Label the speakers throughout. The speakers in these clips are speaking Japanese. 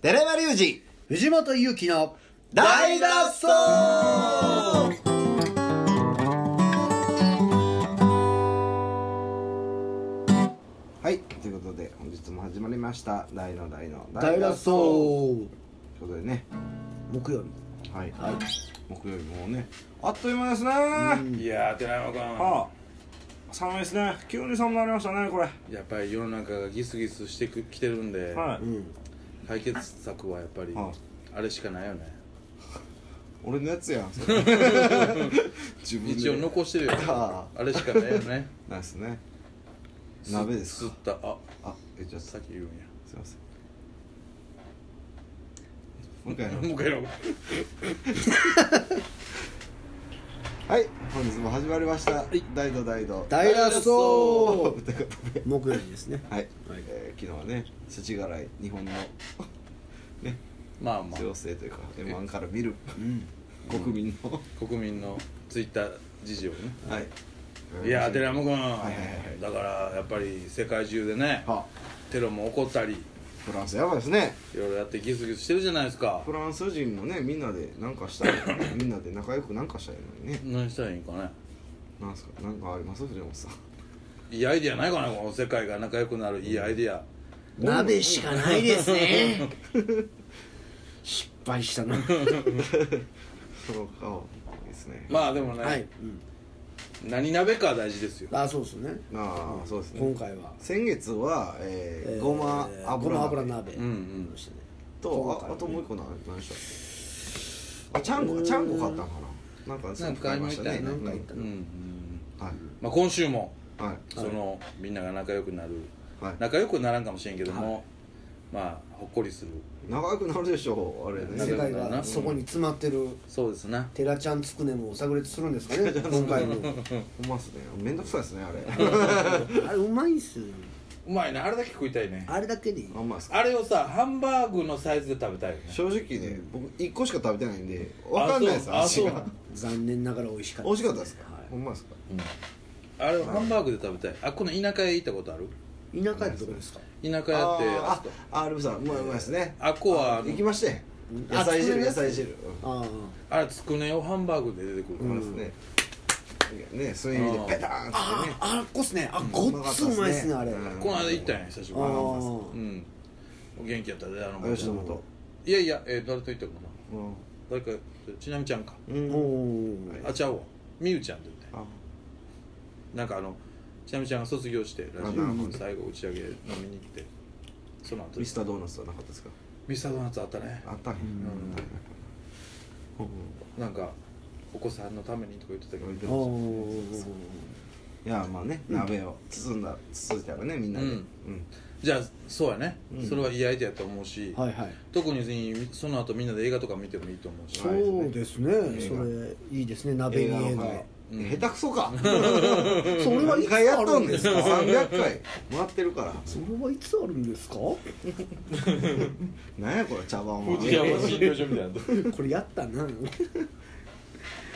Speaker 1: 寺山隆二
Speaker 2: 藤本勇樹の
Speaker 1: 大脱走はいということで本日も始まりました「大の大の
Speaker 2: 大脱走
Speaker 1: ということでね
Speaker 2: 木曜日
Speaker 1: はい、
Speaker 2: はい
Speaker 1: 木曜日もねあっという間ですね
Speaker 3: いやー寺山君
Speaker 1: ああ寒いですね急に寒くなりましたねこれ
Speaker 3: やっぱり世の中がギスギスしてきてるんで、
Speaker 1: はい、
Speaker 2: うん
Speaker 3: 解決策はやっぱり、
Speaker 1: はい
Speaker 3: あれしかないよね
Speaker 1: 俺のやつ やん自分で
Speaker 3: 一応残してるよ
Speaker 1: あ
Speaker 3: あれしかないよね
Speaker 1: なんですね 鍋です
Speaker 3: 吸
Speaker 1: か
Speaker 3: ったあ
Speaker 1: あえじゃあ
Speaker 3: さっき言うんや
Speaker 1: すいませんもう一回やろう
Speaker 3: もう一回やろう
Speaker 1: はい本日も始まりました「大度大度
Speaker 2: 大脱走
Speaker 1: ということで
Speaker 2: 木曜日ですね
Speaker 1: はい、
Speaker 2: はい
Speaker 1: えー昨日はね土辛い日本のね
Speaker 3: まあま
Speaker 1: 情勢というか m 1から見る
Speaker 2: うん
Speaker 1: 国民の、
Speaker 3: あ国民のツイッター事情ね
Speaker 1: はい
Speaker 3: いやー寺山君、
Speaker 1: いはいはい
Speaker 3: だからやっぱり世界中でね
Speaker 1: は
Speaker 3: テロも起こったり
Speaker 1: フランスやばいですね
Speaker 3: いろいろやってギスギスしてるじゃないですか
Speaker 1: フランス人もねみんなでなんかしたい みんなで仲良くなんかしたいのにね
Speaker 3: 何したらいいんかね
Speaker 1: なんすかなんかあります藤本さん
Speaker 3: いいアイディアないかなこの世界が仲良くなるいいアイディア
Speaker 2: 鍋しかないですね 失敗したな
Speaker 1: その顔いいですね
Speaker 3: まあでもね、
Speaker 2: はい、うん、
Speaker 3: 何鍋かは大事ですよ
Speaker 2: あそうですね
Speaker 1: ああそうですね
Speaker 2: 今回は
Speaker 1: 先月は、えー
Speaker 2: えー
Speaker 1: ごま油
Speaker 2: ごま
Speaker 1: 鍋
Speaker 2: 油鍋
Speaker 3: うんうん
Speaker 2: でしたね
Speaker 1: と
Speaker 2: 今
Speaker 1: あ
Speaker 2: 回
Speaker 1: あともう一個な何でしたっけあちゃんこちゃんこ買ったんかななんかそういうの買いましたねな
Speaker 3: な
Speaker 1: んんか
Speaker 3: か買
Speaker 1: 言
Speaker 3: い
Speaker 1: った
Speaker 3: うんう
Speaker 1: の
Speaker 3: ん
Speaker 1: はい
Speaker 3: まあ、今週も
Speaker 1: はい
Speaker 3: そのみんなが仲良くなる
Speaker 1: はい
Speaker 3: 仲良くならんかもしれんけども、まあほっこりする
Speaker 1: 長くなるでしょうあれね
Speaker 2: 世
Speaker 3: 長
Speaker 2: 界
Speaker 3: くなる
Speaker 2: が
Speaker 3: な
Speaker 2: そこに詰まってる
Speaker 3: そうですね
Speaker 2: テラちゃんつくねも炸裂するんですかね今回も
Speaker 1: ほんまっすねめんどくさいですね あれ
Speaker 2: あれうまいっすよ
Speaker 3: うまいねあれだけ食いたいね
Speaker 2: あれだけでいい
Speaker 1: あんまっすか
Speaker 3: あれをさハンバーグのサイズで食べたいよね
Speaker 1: 正直ね僕一個しか食べてないんでわかんないです
Speaker 3: あ
Speaker 1: 味
Speaker 3: そう
Speaker 1: が
Speaker 2: 残念ながら美味しかった
Speaker 1: 美味しかったですか
Speaker 2: はい
Speaker 1: ほんまですか
Speaker 3: あれをハンバーグで食べたいあこの田舎へ行ったことある
Speaker 2: 田舎やってことですか
Speaker 3: 田舎やってあ
Speaker 1: あああルムさんうまいうまいですね
Speaker 3: あこは
Speaker 1: あ行きまして
Speaker 2: あ
Speaker 1: 野菜
Speaker 2: 作れる
Speaker 1: 汁野
Speaker 2: やつ
Speaker 1: 菜汁
Speaker 2: あ
Speaker 3: れつくねをハンバーグで出てくる
Speaker 1: う
Speaker 3: か
Speaker 1: ん
Speaker 3: ら、
Speaker 1: そうですねねそういう意味でペターンって
Speaker 2: あ
Speaker 1: ね
Speaker 2: ああっこっすねあごっつうまいっすねあれあ
Speaker 1: うん
Speaker 3: この間行ったんや久しぶりに
Speaker 2: あ
Speaker 3: うんお元気やったであの
Speaker 1: 吉野元
Speaker 3: いやいや、えー、誰と行ったかな
Speaker 1: うん
Speaker 3: 誰かちなみちゃんか
Speaker 1: うん
Speaker 2: お
Speaker 3: あちゃうわみゆちゃんって言って
Speaker 1: あ
Speaker 3: なんかあのちなみちゃんが卒業してラジオ
Speaker 1: あなるほど
Speaker 3: 最後打ち上げ飲みに来てその後
Speaker 1: ミスタードーナツはなかったですか
Speaker 3: ミスタードーナツあったね
Speaker 1: あったね
Speaker 3: なんかお子さんのためにとか言ってたけど
Speaker 1: う
Speaker 2: お
Speaker 1: ん
Speaker 2: お
Speaker 1: いやまあね鍋を包んだ包いたらねみんなで
Speaker 3: うん
Speaker 1: うん
Speaker 3: じゃあそうやね、
Speaker 1: うん
Speaker 3: それはいいアイデアやと思うし、
Speaker 2: はいはい
Speaker 3: 特に全員その後みんなで映画とか見てもいいと思うし、
Speaker 1: はい
Speaker 2: そうですね
Speaker 1: 映
Speaker 2: そ
Speaker 1: 画
Speaker 2: れいいですね鍋
Speaker 1: 映
Speaker 2: に
Speaker 1: 画
Speaker 2: 映
Speaker 1: の
Speaker 2: 画
Speaker 1: 回
Speaker 3: うん
Speaker 1: 下手くそか
Speaker 2: それはい
Speaker 1: 何
Speaker 2: つあ
Speaker 1: 回やっ
Speaker 2: る
Speaker 1: と
Speaker 2: ん
Speaker 1: ん
Speaker 2: で
Speaker 1: ですす
Speaker 2: か
Speaker 1: か300回回ってるから
Speaker 2: それはいつあるんですか こ
Speaker 1: なんやこれ茶番は
Speaker 3: 富士山診療所みたいな
Speaker 2: れやった な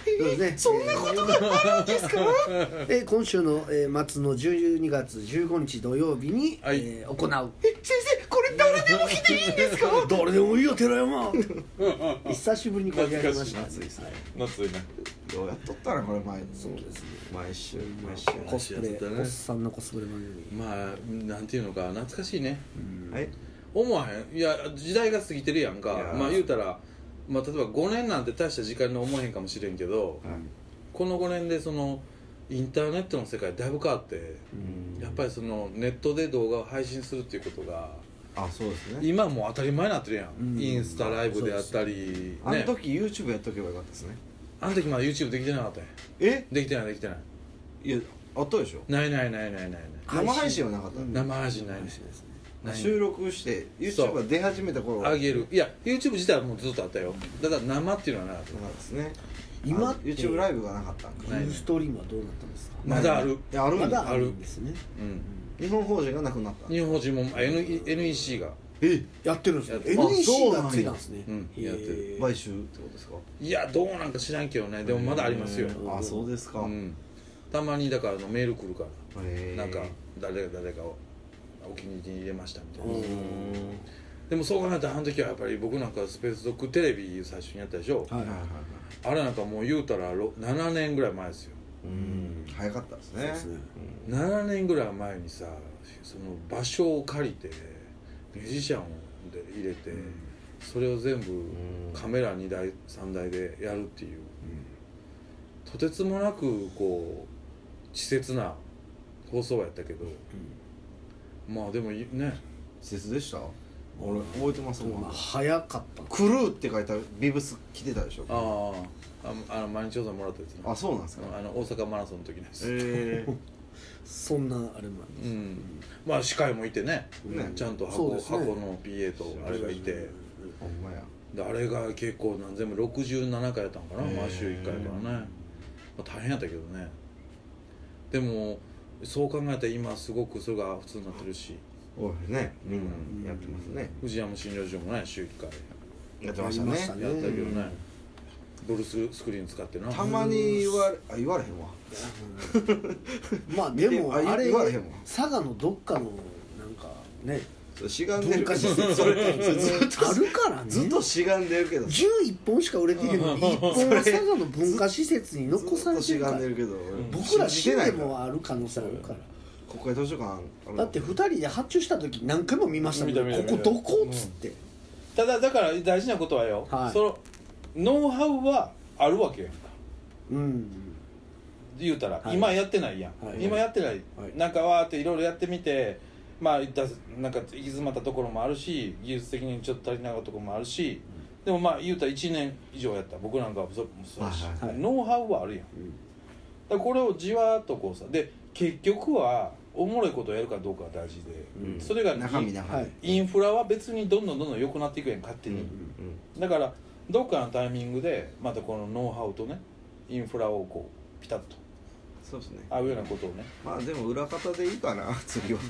Speaker 2: そうですね
Speaker 1: そんなことが
Speaker 2: えー今週の、えー末の12月15日土曜日に、
Speaker 3: はい
Speaker 2: えー行う
Speaker 1: 先生これ誰でも来ていいんです か
Speaker 2: 誰でもいいよ寺山久しぶりにこれやりました
Speaker 1: 懐かしい
Speaker 2: はい
Speaker 3: 夏いな
Speaker 1: どうやっとったらこれ毎
Speaker 2: そうですね
Speaker 1: 毎週毎週
Speaker 2: コスプ
Speaker 3: やってた
Speaker 2: レ
Speaker 3: ね
Speaker 2: おっさんのコスプレ番組
Speaker 3: まあなんていうのか懐かしいね
Speaker 1: はい
Speaker 3: 思わへんいや時代が過ぎてるやんか
Speaker 1: いや
Speaker 3: まあ言うたら、まあ、例えば5年なんて大した時間に思えへんかもしれんけど、この5年でそのインターネットの世界だいぶ変わって、やっぱりそのネットで動画を配信するっていうことが
Speaker 1: あそうですね
Speaker 3: 今もう当たり前になってるやん、
Speaker 2: うん
Speaker 3: インスタライブであったり、
Speaker 1: あの
Speaker 3: ね
Speaker 1: 時 YouTube やっとけばよかったですね
Speaker 3: あの時まだ YouTube できてなかったやん
Speaker 1: え
Speaker 3: できてないできてない
Speaker 1: いやあったでしょ
Speaker 3: ないないないないないない
Speaker 1: 生配信はなかった、
Speaker 3: 生配信ないね
Speaker 2: ですね
Speaker 3: ない
Speaker 1: 収録して YouTube が出始めた頃は
Speaker 3: あげるいや YouTube 自体はもうずっとあったよだから生っていうのはなかった
Speaker 1: なかったですね
Speaker 2: 今
Speaker 1: あ
Speaker 2: って
Speaker 1: YouTube ライブがなかったんか
Speaker 2: ユーストリームはどうなったんですか
Speaker 3: まだある
Speaker 1: いやあるんだ
Speaker 2: まだあるんですね
Speaker 3: うん
Speaker 1: 日本法人がなくなった
Speaker 3: 日本法人もあ N NEC が
Speaker 1: え
Speaker 2: やってるんですね
Speaker 1: やって
Speaker 2: NEC
Speaker 1: あそうなん
Speaker 2: が
Speaker 1: や
Speaker 2: ついたんですね
Speaker 3: うん
Speaker 2: へー
Speaker 3: やってる
Speaker 1: 買収ってことですか
Speaker 3: いやどうなんか知らんけどねでもまだありますよ
Speaker 1: あそうですか、
Speaker 3: うんたまにだからあのメール来るか
Speaker 1: へ
Speaker 3: ら
Speaker 1: ー
Speaker 3: なんか誰が誰がをお気に入りに入れましたみたいうなん
Speaker 1: う
Speaker 3: でもそう考えたらあの時はやっぱり僕なんかスペースドッグテレビ最初にやったでしょ、
Speaker 2: はい
Speaker 1: はいはいはい
Speaker 3: あれなんかもう言うたらろ7年ぐらい前ですよ
Speaker 1: うん早かったですね
Speaker 2: そうですね
Speaker 3: 7年ぐらい前にさその場所を借りてミュージシャンをで入れて、
Speaker 1: うん
Speaker 3: それを全部
Speaker 1: ん
Speaker 3: カメラ2台3台でやるっていうとてつもなくこう稚拙な放送やったけど、まあでもいね
Speaker 1: 施設でした俺覚えてますもん、
Speaker 2: まあ早かった
Speaker 1: クルーって書いたビブス着てたでしょ
Speaker 3: ああああの毎日調査もらったやつな
Speaker 1: あそうなんですか
Speaker 3: あの大阪マラソンの時のやつ、
Speaker 1: ええ
Speaker 2: そんなあれもあ
Speaker 3: う
Speaker 2: り
Speaker 3: んまあ司会もいてね
Speaker 1: ね
Speaker 3: ちゃんと
Speaker 2: そう
Speaker 3: 箱,、
Speaker 2: ですね
Speaker 3: 箱の PA とあれがいて
Speaker 1: ほんまや
Speaker 3: であれが結構何全部67回やったんかな
Speaker 1: へー
Speaker 3: 毎週1回やからね、まあ、大変やったけどねでもそう考えたら今すごくそれが普通になってるし
Speaker 1: おいねみんなやってますね
Speaker 3: 藤山診療所もね週1回
Speaker 1: やって
Speaker 2: ま
Speaker 1: ま
Speaker 2: し
Speaker 1: したた
Speaker 2: ね
Speaker 1: ね
Speaker 3: やったけどねブルーススクリーン使ってな
Speaker 1: たまに言われあ言われへんわ
Speaker 2: まあでも
Speaker 1: 見てあ
Speaker 2: あれ
Speaker 1: 言われへんわ
Speaker 2: 佐賀のどっかのなんかね
Speaker 1: それしがんで
Speaker 2: 文
Speaker 1: るけ
Speaker 2: 化
Speaker 1: ど
Speaker 2: 施
Speaker 1: それ
Speaker 2: 設
Speaker 1: そ
Speaker 2: みたいな
Speaker 1: れずっと
Speaker 2: あるからね
Speaker 1: ずっとしがんでるけどず
Speaker 2: 11本しか売れてへんのに1本は佐賀の文化施設に残さ
Speaker 1: っ
Speaker 2: れて
Speaker 1: とし
Speaker 2: る
Speaker 1: が
Speaker 2: か
Speaker 1: んで
Speaker 2: ら
Speaker 1: るけど
Speaker 2: 僕ら死んで
Speaker 1: から
Speaker 2: もある可能性あるから
Speaker 1: 国会図書館ある
Speaker 2: だって2人で発注した時何回も見ましたもん
Speaker 3: 見た見た
Speaker 2: こ
Speaker 3: 見た
Speaker 2: こどこっつって、
Speaker 3: ただだから大事なことはよ、
Speaker 2: はい
Speaker 3: そのノウハウはあるわけやんか
Speaker 2: うん
Speaker 3: 言うたら、
Speaker 2: はい
Speaker 3: 今やってないやん、
Speaker 2: はい
Speaker 3: 今やってない、
Speaker 2: はい
Speaker 3: なんかわーっていろいろやってみてまあだなんか行き詰まったところもあるし技術的にちょっと足りなかったところもあるし、でもまあ言うたら1年以上やった僕なんかはそそうだし、
Speaker 1: はい
Speaker 2: はいはい
Speaker 3: ノウハウはあるやん、だからこれをじわーっとこうさで結局はおもろいことをやるかどうかが大事で、
Speaker 1: うん
Speaker 3: それが
Speaker 1: 中身
Speaker 3: イン
Speaker 1: 中身
Speaker 3: インフラは別にどんどんどんどん良くなっていくやん勝手に、
Speaker 1: うんうん
Speaker 3: だからどっかのタイミングでまたこのノウハウとねインフラをこうピタッと
Speaker 1: そうですね
Speaker 3: 合うようなことをね
Speaker 1: まあでも裏方でいいかな 次は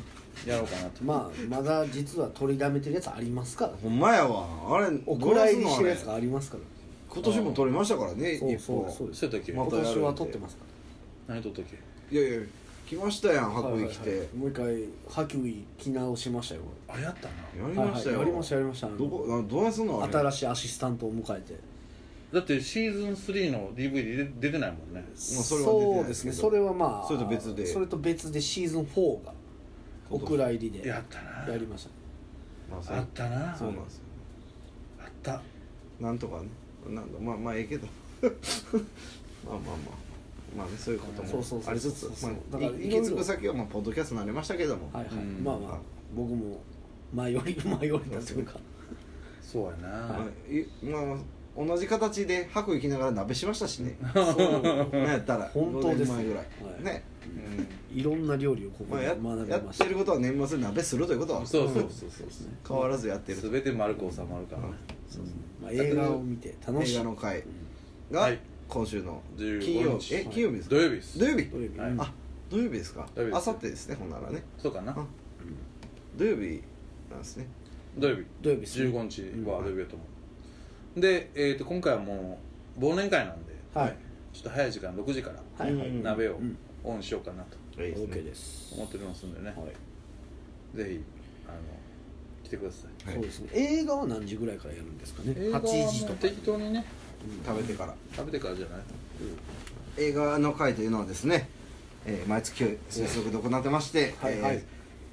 Speaker 3: やろうかなと
Speaker 2: まあまだ実は取りだめてるやつありますから
Speaker 1: ほんまやわあれ
Speaker 2: お蔵入
Speaker 1: ど
Speaker 2: り
Speaker 1: う
Speaker 2: し
Speaker 1: す
Speaker 2: てる
Speaker 1: んのあ
Speaker 2: や
Speaker 1: れ
Speaker 2: つがありますから
Speaker 1: 今年も取りましたからね
Speaker 2: そう
Speaker 1: 一
Speaker 2: そう
Speaker 1: 本
Speaker 2: そうです
Speaker 3: そうやったっけ
Speaker 1: ま
Speaker 2: 今年は取ってますか
Speaker 3: 何撮ったっけ
Speaker 1: いやいや来ましたやん
Speaker 2: ら
Speaker 1: 白衣着て、
Speaker 2: はいはいはいもう一回波及着直しましたよ
Speaker 3: あれやったな
Speaker 1: やりましたよ、
Speaker 2: はいはいやりましたやりました
Speaker 1: どこなどうすんのあれ
Speaker 2: 新しいアシスタントを迎えて
Speaker 3: だってシーズン3の DVD で出てないもん
Speaker 1: ま
Speaker 3: ね
Speaker 1: あそれは出てない
Speaker 2: そう
Speaker 1: で
Speaker 2: ですす
Speaker 1: け
Speaker 2: ね
Speaker 1: ど
Speaker 2: それはまあ
Speaker 1: それと別で
Speaker 2: それと別でシーズン4がお蔵入りで
Speaker 3: や
Speaker 2: や
Speaker 3: ったな
Speaker 2: りました
Speaker 1: まあそう
Speaker 3: あったな
Speaker 1: そうなんですよ
Speaker 3: あった
Speaker 1: なんとかねなんだまあまあええけど まあまあまあまあねそういうこと
Speaker 2: そうそうそう
Speaker 1: も
Speaker 2: そう
Speaker 1: ありつつまあ
Speaker 2: だから
Speaker 1: い
Speaker 2: いろい
Speaker 1: 行
Speaker 2: ろ
Speaker 1: き着く先はまあポッドキャストになりましたけども、
Speaker 2: はいはい、
Speaker 3: うん
Speaker 2: まあまあ僕も 前より前よりだというか
Speaker 3: そうやな、
Speaker 1: まあいまあまあ同じ形で白衣着ながら鍋しましたし ね
Speaker 2: そう
Speaker 1: なんやったら
Speaker 2: 本当です
Speaker 1: 5年前ぐら
Speaker 2: はいい
Speaker 1: ね
Speaker 3: う
Speaker 2: いろんな料理をここ
Speaker 1: まあ
Speaker 2: で
Speaker 1: や
Speaker 2: 学び
Speaker 1: や
Speaker 2: ま
Speaker 1: っ
Speaker 2: した
Speaker 1: てることは年末に鍋するということは
Speaker 3: ん、そうそうそうそう
Speaker 1: 変わらずやってると
Speaker 3: 全て丸く収まるからね、
Speaker 2: まあ、映画を見て楽し
Speaker 1: 映
Speaker 2: い
Speaker 1: 画の回が
Speaker 3: はい
Speaker 1: 今週の
Speaker 3: 15
Speaker 1: 金曜
Speaker 3: 日
Speaker 1: 日え金曜日ですか
Speaker 3: 土曜日です
Speaker 1: 土曜日
Speaker 2: 土曜日
Speaker 3: はい
Speaker 1: あ土曜日ですか
Speaker 3: 土曜日
Speaker 1: あ
Speaker 3: です
Speaker 1: さってですねほんならね
Speaker 3: そうかな
Speaker 1: あ土曜日なんですね
Speaker 3: 土曜日
Speaker 2: 土曜日ですね
Speaker 3: 15日は土曜日やと思うで、えー、と今回はもう忘年会なんで
Speaker 2: はい
Speaker 3: ちょっと早い時間6時から
Speaker 2: はいはい
Speaker 1: うん
Speaker 3: 鍋を
Speaker 2: うん
Speaker 3: オンしようかなと
Speaker 1: いいですね
Speaker 2: OK です
Speaker 3: 思っておりますんでね、
Speaker 2: はい
Speaker 3: ぜひあの来てください
Speaker 1: はい
Speaker 2: そうですね映画は何時ぐらいからやるんですかね
Speaker 3: 映画はもう
Speaker 2: 8時とか
Speaker 3: 適当にね
Speaker 1: 食べてから
Speaker 3: 食べてからじゃない
Speaker 1: 映画の回というのはですね、えー毎月制作で行ってまして、
Speaker 2: はい
Speaker 1: えー
Speaker 2: はい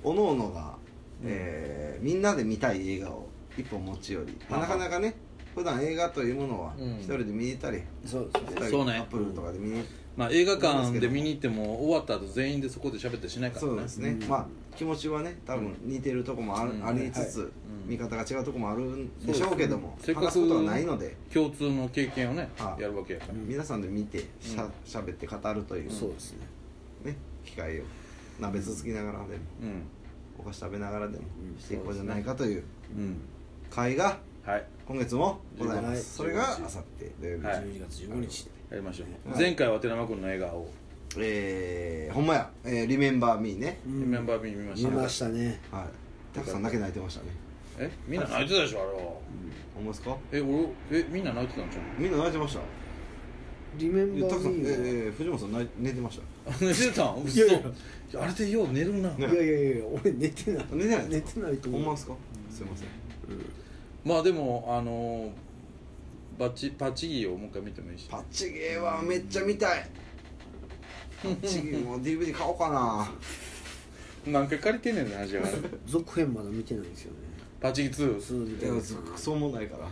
Speaker 1: おのおのが、えーみんなで見たい映画を一本持ち寄り、まあなかなかね普段映画というものは
Speaker 3: うん
Speaker 1: 一人で見に行ったり、
Speaker 2: そうですね
Speaker 1: 二人
Speaker 3: そうね
Speaker 1: アップルとかで見に、
Speaker 3: まあ映画館で見に行っても終わった後全員でそこで喋ってしないから
Speaker 1: そう
Speaker 3: ね
Speaker 1: ですね、
Speaker 2: うん
Speaker 1: まあ気持ちはね多分似てるとこもあ,、
Speaker 3: うん
Speaker 1: ありつつ、
Speaker 2: はい
Speaker 3: うん
Speaker 1: 見方が違うとこもあるんでしょうけども、
Speaker 3: そうですねせっかく
Speaker 1: 話すことはないので
Speaker 3: 共通の経験をね
Speaker 1: はい
Speaker 3: やるわけやから、
Speaker 1: 皆さんで見てしゃ喋って語るという、
Speaker 2: そうですね
Speaker 1: ね機会を鍋続きながらでも
Speaker 3: うん
Speaker 1: お菓子食べながらでもしていこうじゃないかという
Speaker 3: うん
Speaker 1: 会が
Speaker 3: はい
Speaker 1: 今月もございま
Speaker 2: はい
Speaker 1: すそれがあさって土曜日、
Speaker 3: はい
Speaker 2: 12月15日
Speaker 3: やりましょう、
Speaker 1: はい
Speaker 3: 前回は寺山君の映画を
Speaker 1: えー、ほんまや、えー「リメンバー・ミーね」
Speaker 3: 「メンバー B」見まし
Speaker 2: 見
Speaker 3: た、
Speaker 2: ましたね
Speaker 1: はいたくさん泣け泣いてましたね
Speaker 3: えみんな泣いてたでしょあれは
Speaker 1: ほんまですか
Speaker 3: え俺えみんな泣いてたんじゃん
Speaker 1: みんな泣いてました
Speaker 2: リメン
Speaker 1: いや
Speaker 2: バ
Speaker 1: たくさ
Speaker 2: ー
Speaker 1: ん、え
Speaker 2: ミーは
Speaker 1: ーえー藤本さん泣い寝てました
Speaker 3: あ 寝てたん
Speaker 2: いやいや
Speaker 3: 嘘あれでよう寝るな、
Speaker 1: ね
Speaker 2: いやいやいや俺寝てない
Speaker 1: 寝てない
Speaker 2: 寝
Speaker 1: ですか
Speaker 2: てないと
Speaker 1: ほんま
Speaker 2: 思
Speaker 1: で
Speaker 2: う
Speaker 1: すかすいません
Speaker 2: うん
Speaker 3: まあでもあのバッチパッチギーをもう一回見てもいいし
Speaker 1: パッチゲーはめっちゃ見たいパッチゲーも DVD 買おうかな
Speaker 3: 何回借りてんねんな味が
Speaker 2: 続編まだ見てないんですよね
Speaker 3: パッチギー2
Speaker 2: 2見
Speaker 1: い
Speaker 2: て
Speaker 1: や
Speaker 2: ないです
Speaker 1: クソもないから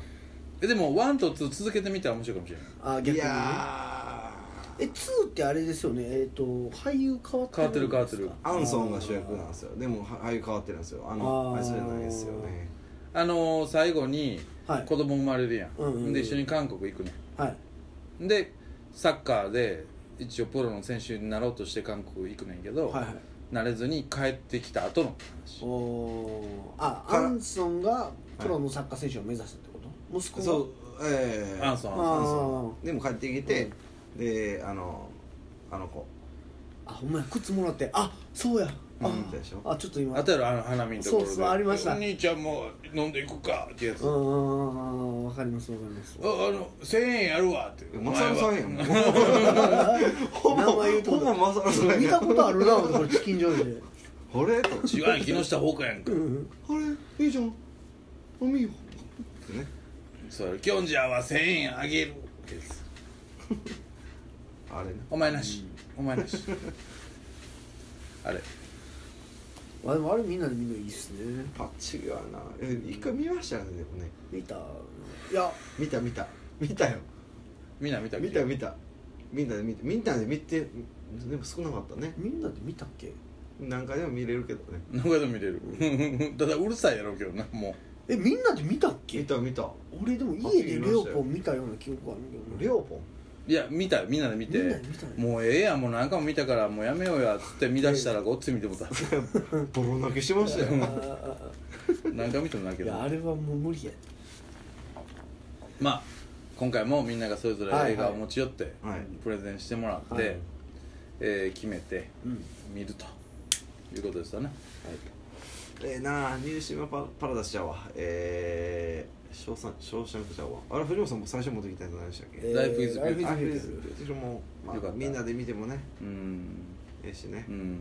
Speaker 3: えでも1と2続けてみたら面白いかもしれない
Speaker 2: あ逆
Speaker 1: い
Speaker 2: にね
Speaker 1: や
Speaker 2: え2ってあれですよねえっ、と俳優変わって
Speaker 3: 変わってる変わって
Speaker 2: るん
Speaker 3: る
Speaker 2: ですか
Speaker 1: ーアンソンが主役なんですよでもは俳優変わってるんですよあ
Speaker 2: あ
Speaker 1: の
Speaker 2: ー
Speaker 1: あいつじゃないですよね
Speaker 3: あのー最後に
Speaker 2: はい
Speaker 3: 子供生まれるやん、
Speaker 2: うんうんうん
Speaker 3: で一緒に韓国行くね
Speaker 2: はい
Speaker 3: んでサッカーで一応プロの選手になろうとして韓国行くねんけど、
Speaker 2: はいはい
Speaker 3: なれずに帰ってきた後の
Speaker 2: お
Speaker 3: 話
Speaker 2: おーあ
Speaker 1: から
Speaker 2: アンソンがプロのサッカー選手を目指すってこと息子が
Speaker 1: そうええ
Speaker 3: アンソン
Speaker 2: あ
Speaker 1: アン
Speaker 2: ー
Speaker 1: ソンでも帰ってきてであのあの子
Speaker 2: あほんまや靴もらってあそうやあ,、
Speaker 1: うんでしょ
Speaker 2: あちょっと今
Speaker 3: あとやろあの花見のところで
Speaker 2: そうそうありました
Speaker 3: お兄ちゃんも飲んでいくかってやつ、
Speaker 2: う
Speaker 3: あ
Speaker 2: んわかりますわかります
Speaker 3: あの1000円やるわって
Speaker 1: マサルさんやんもうほぼ
Speaker 2: 名前言うと
Speaker 1: ほぼマサルさんやん
Speaker 2: 見たことあるな俺これチキンジョージで
Speaker 1: あれとあ
Speaker 3: 違うやん木下ほうかやんか
Speaker 2: うん
Speaker 1: れいいじゃん飲みよってね
Speaker 3: そうキョンジャーは1000円あげるです
Speaker 1: あれね
Speaker 3: お前なしお前なしあれ
Speaker 2: あでもあれみんなで見るのいいっすね
Speaker 1: パッチリはなえ一回見ましたよねでもね
Speaker 2: 見たいや
Speaker 1: 見た見た見たよ
Speaker 3: みんな見た
Speaker 1: 見た見たみんなで見てみんなで見てでも少なかったね
Speaker 2: みんなで見たっけ
Speaker 1: 何回でも見れるけどね
Speaker 3: 何回でも見れる ただうるさいやろうけどなも
Speaker 2: えみんなで見たっけ
Speaker 1: 見た見た
Speaker 2: 俺でも家でレオポン見たような記憶あるけ
Speaker 1: リ
Speaker 2: ど
Speaker 1: ョーポン
Speaker 3: ういや見たみんなで見て
Speaker 2: みんなで見たね
Speaker 3: もうええやんもう何回も見たからもうやめようやっつって見出したらごっつい見て もた
Speaker 1: ボロ泣きしましたよ
Speaker 2: あ
Speaker 3: 何回見てもない
Speaker 2: ー
Speaker 3: け
Speaker 2: い
Speaker 3: ど
Speaker 2: やあれはもう無理や
Speaker 3: まあ今回もみんながそれぞれ映
Speaker 2: は
Speaker 3: 画
Speaker 2: い
Speaker 3: を
Speaker 2: はい
Speaker 3: 持ち寄って
Speaker 1: はい
Speaker 3: プレゼンしてもらって、
Speaker 2: はい
Speaker 3: えー決めて
Speaker 2: うん
Speaker 3: 見るということですよね
Speaker 1: えー、なあニューシマパパラダイスちゃうわえーショーサンショーシャンクちゃうわあれ藤本さんも最初持ってきたやつ何でしたっけ
Speaker 3: ー Life is
Speaker 2: ライフ
Speaker 3: Beautiful
Speaker 1: あ
Speaker 2: i
Speaker 1: れ
Speaker 2: b
Speaker 1: で
Speaker 2: e
Speaker 1: す
Speaker 2: a
Speaker 1: 私も、まあ
Speaker 3: よか、った
Speaker 1: みんなで見てもね
Speaker 3: うん
Speaker 1: ええしね
Speaker 3: うん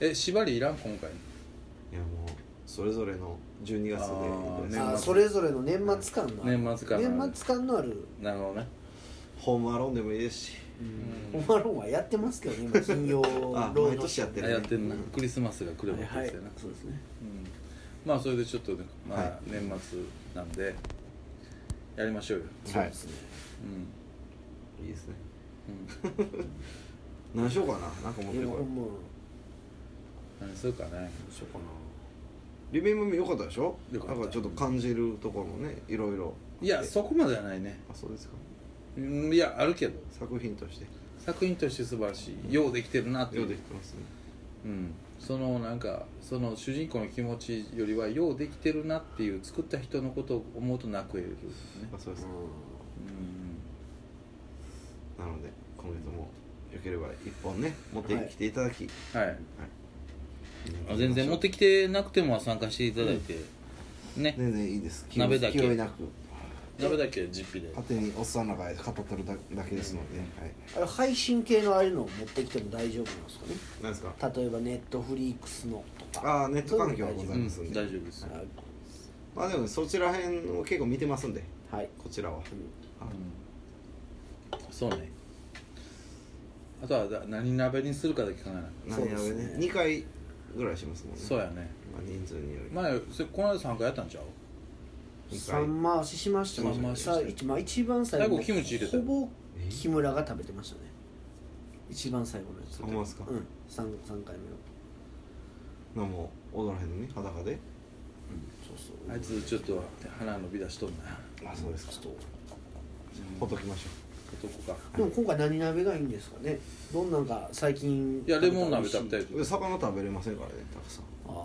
Speaker 3: え縛りいらん今
Speaker 1: いや
Speaker 3: 回
Speaker 1: もうそれぞれの12月
Speaker 3: あー
Speaker 1: で
Speaker 3: 年末
Speaker 2: あーそれぞれの年末感のある
Speaker 3: 年末感のある
Speaker 2: 年末感のある
Speaker 3: なるほどね
Speaker 1: ホームアローンでもいいですし
Speaker 2: ホ
Speaker 3: うん
Speaker 2: ームアローンはやってますけどね今金曜ロ
Speaker 1: あ
Speaker 2: ード
Speaker 1: 毎年やってる、
Speaker 3: あ
Speaker 1: ね、
Speaker 3: やってんな、
Speaker 1: うん
Speaker 3: クリスマスが来れば
Speaker 2: はいはい
Speaker 3: よな、
Speaker 2: そうですね
Speaker 3: うんまあそれでちょっとね、ま
Speaker 1: は
Speaker 3: あ、年末なんでやりましょうよ、
Speaker 2: そうですね
Speaker 3: うん
Speaker 1: いいですね
Speaker 3: うん、
Speaker 1: 何しようかななんか持っ
Speaker 2: い
Speaker 1: て
Speaker 2: や
Speaker 1: こ
Speaker 2: ほ
Speaker 1: ようん
Speaker 2: ま
Speaker 3: 何するかね
Speaker 2: どうしようか
Speaker 1: リメイム良かったでしょ
Speaker 3: 良かった
Speaker 1: なんかちょっと感じるところもねいろいろ
Speaker 3: いやそこまではないね
Speaker 1: あそうですか
Speaker 3: うんいやあるけど
Speaker 1: 作品として
Speaker 3: 作品として素晴らしいようできてるなってい
Speaker 1: よ
Speaker 3: う
Speaker 1: うできてますね
Speaker 3: うん、そのなんかその主人公の気持ちよりはようできてるなっていう作った人のことを思うと泣くえるね、
Speaker 1: あそうです
Speaker 2: な
Speaker 1: か
Speaker 3: うん、
Speaker 1: なので今月もよければ一本ね持ってきていただき、
Speaker 3: はい
Speaker 1: は
Speaker 3: あ
Speaker 1: い
Speaker 3: 全然持ってきてなくても参加していただいて、ね
Speaker 1: 全然いいです気
Speaker 3: 鍋だけ
Speaker 1: 気負いなく
Speaker 3: 鍋だけ実費で
Speaker 1: 勝手におっさんの中で語ってるだだけですので、はい
Speaker 2: あれ配信系のああいうのを持ってきても大丈夫なんですかね
Speaker 1: 何ですか
Speaker 2: 例えばネットフリックスのとか
Speaker 1: ああネット環境はござ
Speaker 3: う
Speaker 1: い
Speaker 3: ん
Speaker 1: ますんで、
Speaker 3: 大丈夫です、
Speaker 2: はい
Speaker 1: まあでもそちら辺を結構見てますんで
Speaker 2: はい
Speaker 1: こちらは
Speaker 3: うんそうねあとはだ何鍋にするかだけ考えない
Speaker 1: 何やべ
Speaker 2: そうで
Speaker 1: ね
Speaker 2: すね
Speaker 1: 2回ぐらいしますもんね
Speaker 3: そうやね
Speaker 1: まあ、人数により、
Speaker 3: 前それこの間3回やったんちゃう
Speaker 2: 三回ししましたね
Speaker 3: 三回し
Speaker 2: さあ一まあ一番最後
Speaker 3: 最後キムチ入れた
Speaker 2: ほぼ木村が食べてましたね一番最後のやつ
Speaker 1: ほんまですか
Speaker 2: うん三三回目の
Speaker 1: 何も踊らへんのに裸で
Speaker 2: そうそう
Speaker 3: あいつちょっと鼻伸び出しとんな
Speaker 1: あそうですか
Speaker 2: ちょっと
Speaker 1: ほっときましょ
Speaker 3: どこか
Speaker 2: でも今回何鍋がいいんですかねどんなんか最近
Speaker 3: いやレモン鍋食べたいと
Speaker 1: うで魚食べれませんからねたくさん
Speaker 2: あ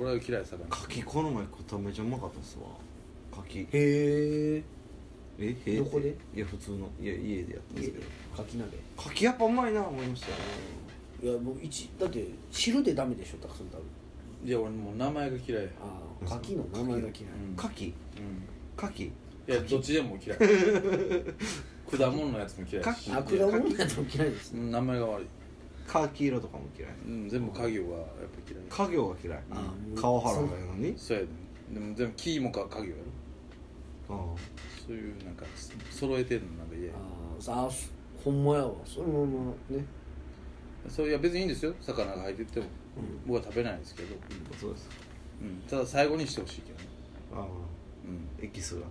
Speaker 3: 俺は嫌い
Speaker 1: 牡
Speaker 3: 魚
Speaker 1: 蠣この前食ったらめちゃうまかったっすわ牡
Speaker 2: ー
Speaker 1: 蠣
Speaker 2: へえ
Speaker 1: ええ
Speaker 2: どこで
Speaker 1: いや普通のいや家でやったんで
Speaker 2: 家
Speaker 1: す
Speaker 2: で
Speaker 1: けど
Speaker 2: かき鍋
Speaker 1: 牡蠣やっぱうまいな思いましたよ
Speaker 2: いやもう一だって汁でダメでしょたくさん食べる
Speaker 3: いや俺もう名前が嫌いや
Speaker 2: ああかきの名前が嫌い
Speaker 3: うん
Speaker 1: 牡蠣牡蠣
Speaker 3: いやどっちでも 嫌い果物のやつも嫌いし
Speaker 1: 牡
Speaker 2: あ果物やと嫌いです
Speaker 3: う
Speaker 2: ね
Speaker 3: ん名前が悪い、
Speaker 1: カーキ色とかも嫌い
Speaker 3: うん、全部家業はやっぱ嫌い
Speaker 1: 家業が嫌い
Speaker 2: あ
Speaker 1: 川原がやのに
Speaker 3: そうやねでも全部キーもか鍵をやろ
Speaker 1: あ
Speaker 3: そういうなんかそ揃えてるのなんか家
Speaker 2: あーさあほんまやわそのままね
Speaker 3: そういや別にいいんですよ魚が入ってても僕は食べないですけど、
Speaker 1: あそうです
Speaker 3: うん、ただ最後にしてほしいけどね、
Speaker 1: ああ
Speaker 3: うん、
Speaker 1: エキスが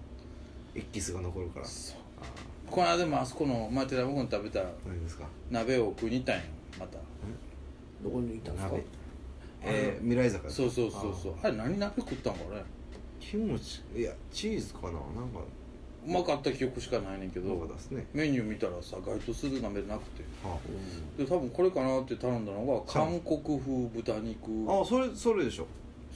Speaker 1: エキスが残るから
Speaker 3: そう
Speaker 1: あ
Speaker 3: この間でもあそこの前寺僕の食べた
Speaker 1: あ何ですか
Speaker 3: 鍋を食いに行ったんよまた
Speaker 2: どこにいたんですか
Speaker 1: 鍋えー、未来坂
Speaker 3: そうそうそうそう
Speaker 1: あ
Speaker 3: あれ何鍋食ったんかね
Speaker 1: キムチいやチーズかななんか
Speaker 3: うまかった記憶しかないねんけ
Speaker 1: どう
Speaker 3: ど
Speaker 1: かですね
Speaker 3: メニュー見たらさ該当する鍋なくて
Speaker 1: あ
Speaker 3: で多分これかなって頼んだのが韓国風豚肉
Speaker 1: ああそれそれでしょ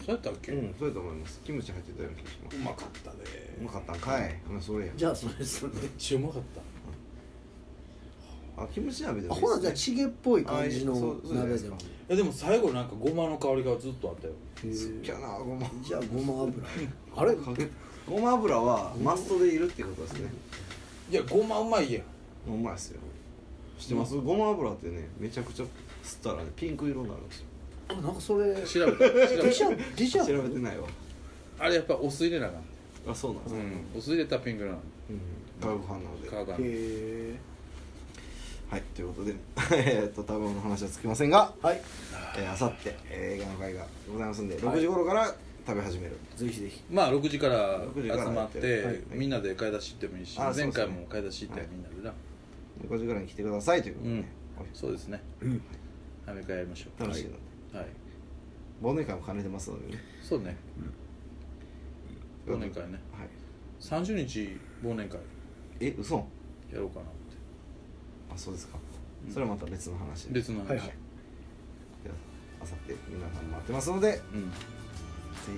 Speaker 3: そうやったっけ、
Speaker 1: うんそうやと思いますキムチ入ってたような気がします
Speaker 3: まかったで
Speaker 1: うまかったんかい、うん、それや
Speaker 2: じゃあそれですね
Speaker 3: めっちゃうまかった
Speaker 1: あキムチ鍋で
Speaker 2: あ
Speaker 1: もいい
Speaker 2: ほ
Speaker 1: っ
Speaker 2: ら
Speaker 1: す
Speaker 2: じゃあ
Speaker 1: ね
Speaker 2: チゲっぽい感じの
Speaker 1: あそうそうじゃない
Speaker 2: 鍋
Speaker 1: です
Speaker 2: で
Speaker 1: か
Speaker 2: も
Speaker 3: えでも最後なんかごまの香りがずっとあったよ
Speaker 2: へ
Speaker 1: すっ
Speaker 2: ー
Speaker 1: きゃなごま
Speaker 2: じゃあごま油あれ
Speaker 1: かけごま油はマストでいるってことですね
Speaker 3: いやごまうまいやん
Speaker 1: うまいっすよ知ってますごま油ってねめちゃくちゃ吸ったらねピンク色になるんですよ
Speaker 2: あなんかそれデ
Speaker 3: 調べた調べ
Speaker 2: ィシャディシャ
Speaker 1: 調べてないわ
Speaker 3: たあれやっぱお酢入れなあかん
Speaker 1: あそうなんです
Speaker 3: う
Speaker 1: ね
Speaker 3: んお酢入れたらピンクなの
Speaker 1: うん化学反応で
Speaker 3: 皮が
Speaker 2: へ
Speaker 1: はいということで えーっと食べ物の話はつきませんが
Speaker 2: えはい
Speaker 1: えーあさって映画の会がございますんで6時頃から食べ始める
Speaker 2: ぜひぜひ
Speaker 3: まあ6時から
Speaker 1: 6時か
Speaker 3: 集
Speaker 1: ら
Speaker 3: まっ
Speaker 1: やって
Speaker 3: て、
Speaker 1: るはい
Speaker 3: みんなで買い出し行ってもいいし
Speaker 1: あそう
Speaker 3: 前
Speaker 1: ですね
Speaker 3: 回も買い出し行ったよ、
Speaker 1: はい
Speaker 3: みんなでな
Speaker 1: 6時ぐらいに来てくださいということでね
Speaker 3: そうですね
Speaker 2: うん
Speaker 3: アメリカやりましょう
Speaker 1: 楽しいので
Speaker 3: はい、はい、
Speaker 1: 忘年会も兼ねてますのでね
Speaker 3: そうね忘年会ね
Speaker 1: はい
Speaker 3: 30日忘年会
Speaker 1: え嘘
Speaker 3: やろうかなって
Speaker 1: あそうですかそれはまた別の話で
Speaker 3: 別の話、
Speaker 2: はいはい
Speaker 1: ではあさって皆さん待ってますのでぜ
Speaker 3: うん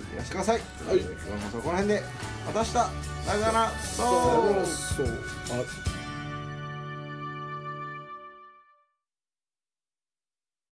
Speaker 1: ひいらしてくださいはい今日の放送はこの辺でまた明日さよなら
Speaker 2: あ
Speaker 1: そう
Speaker 2: そうあ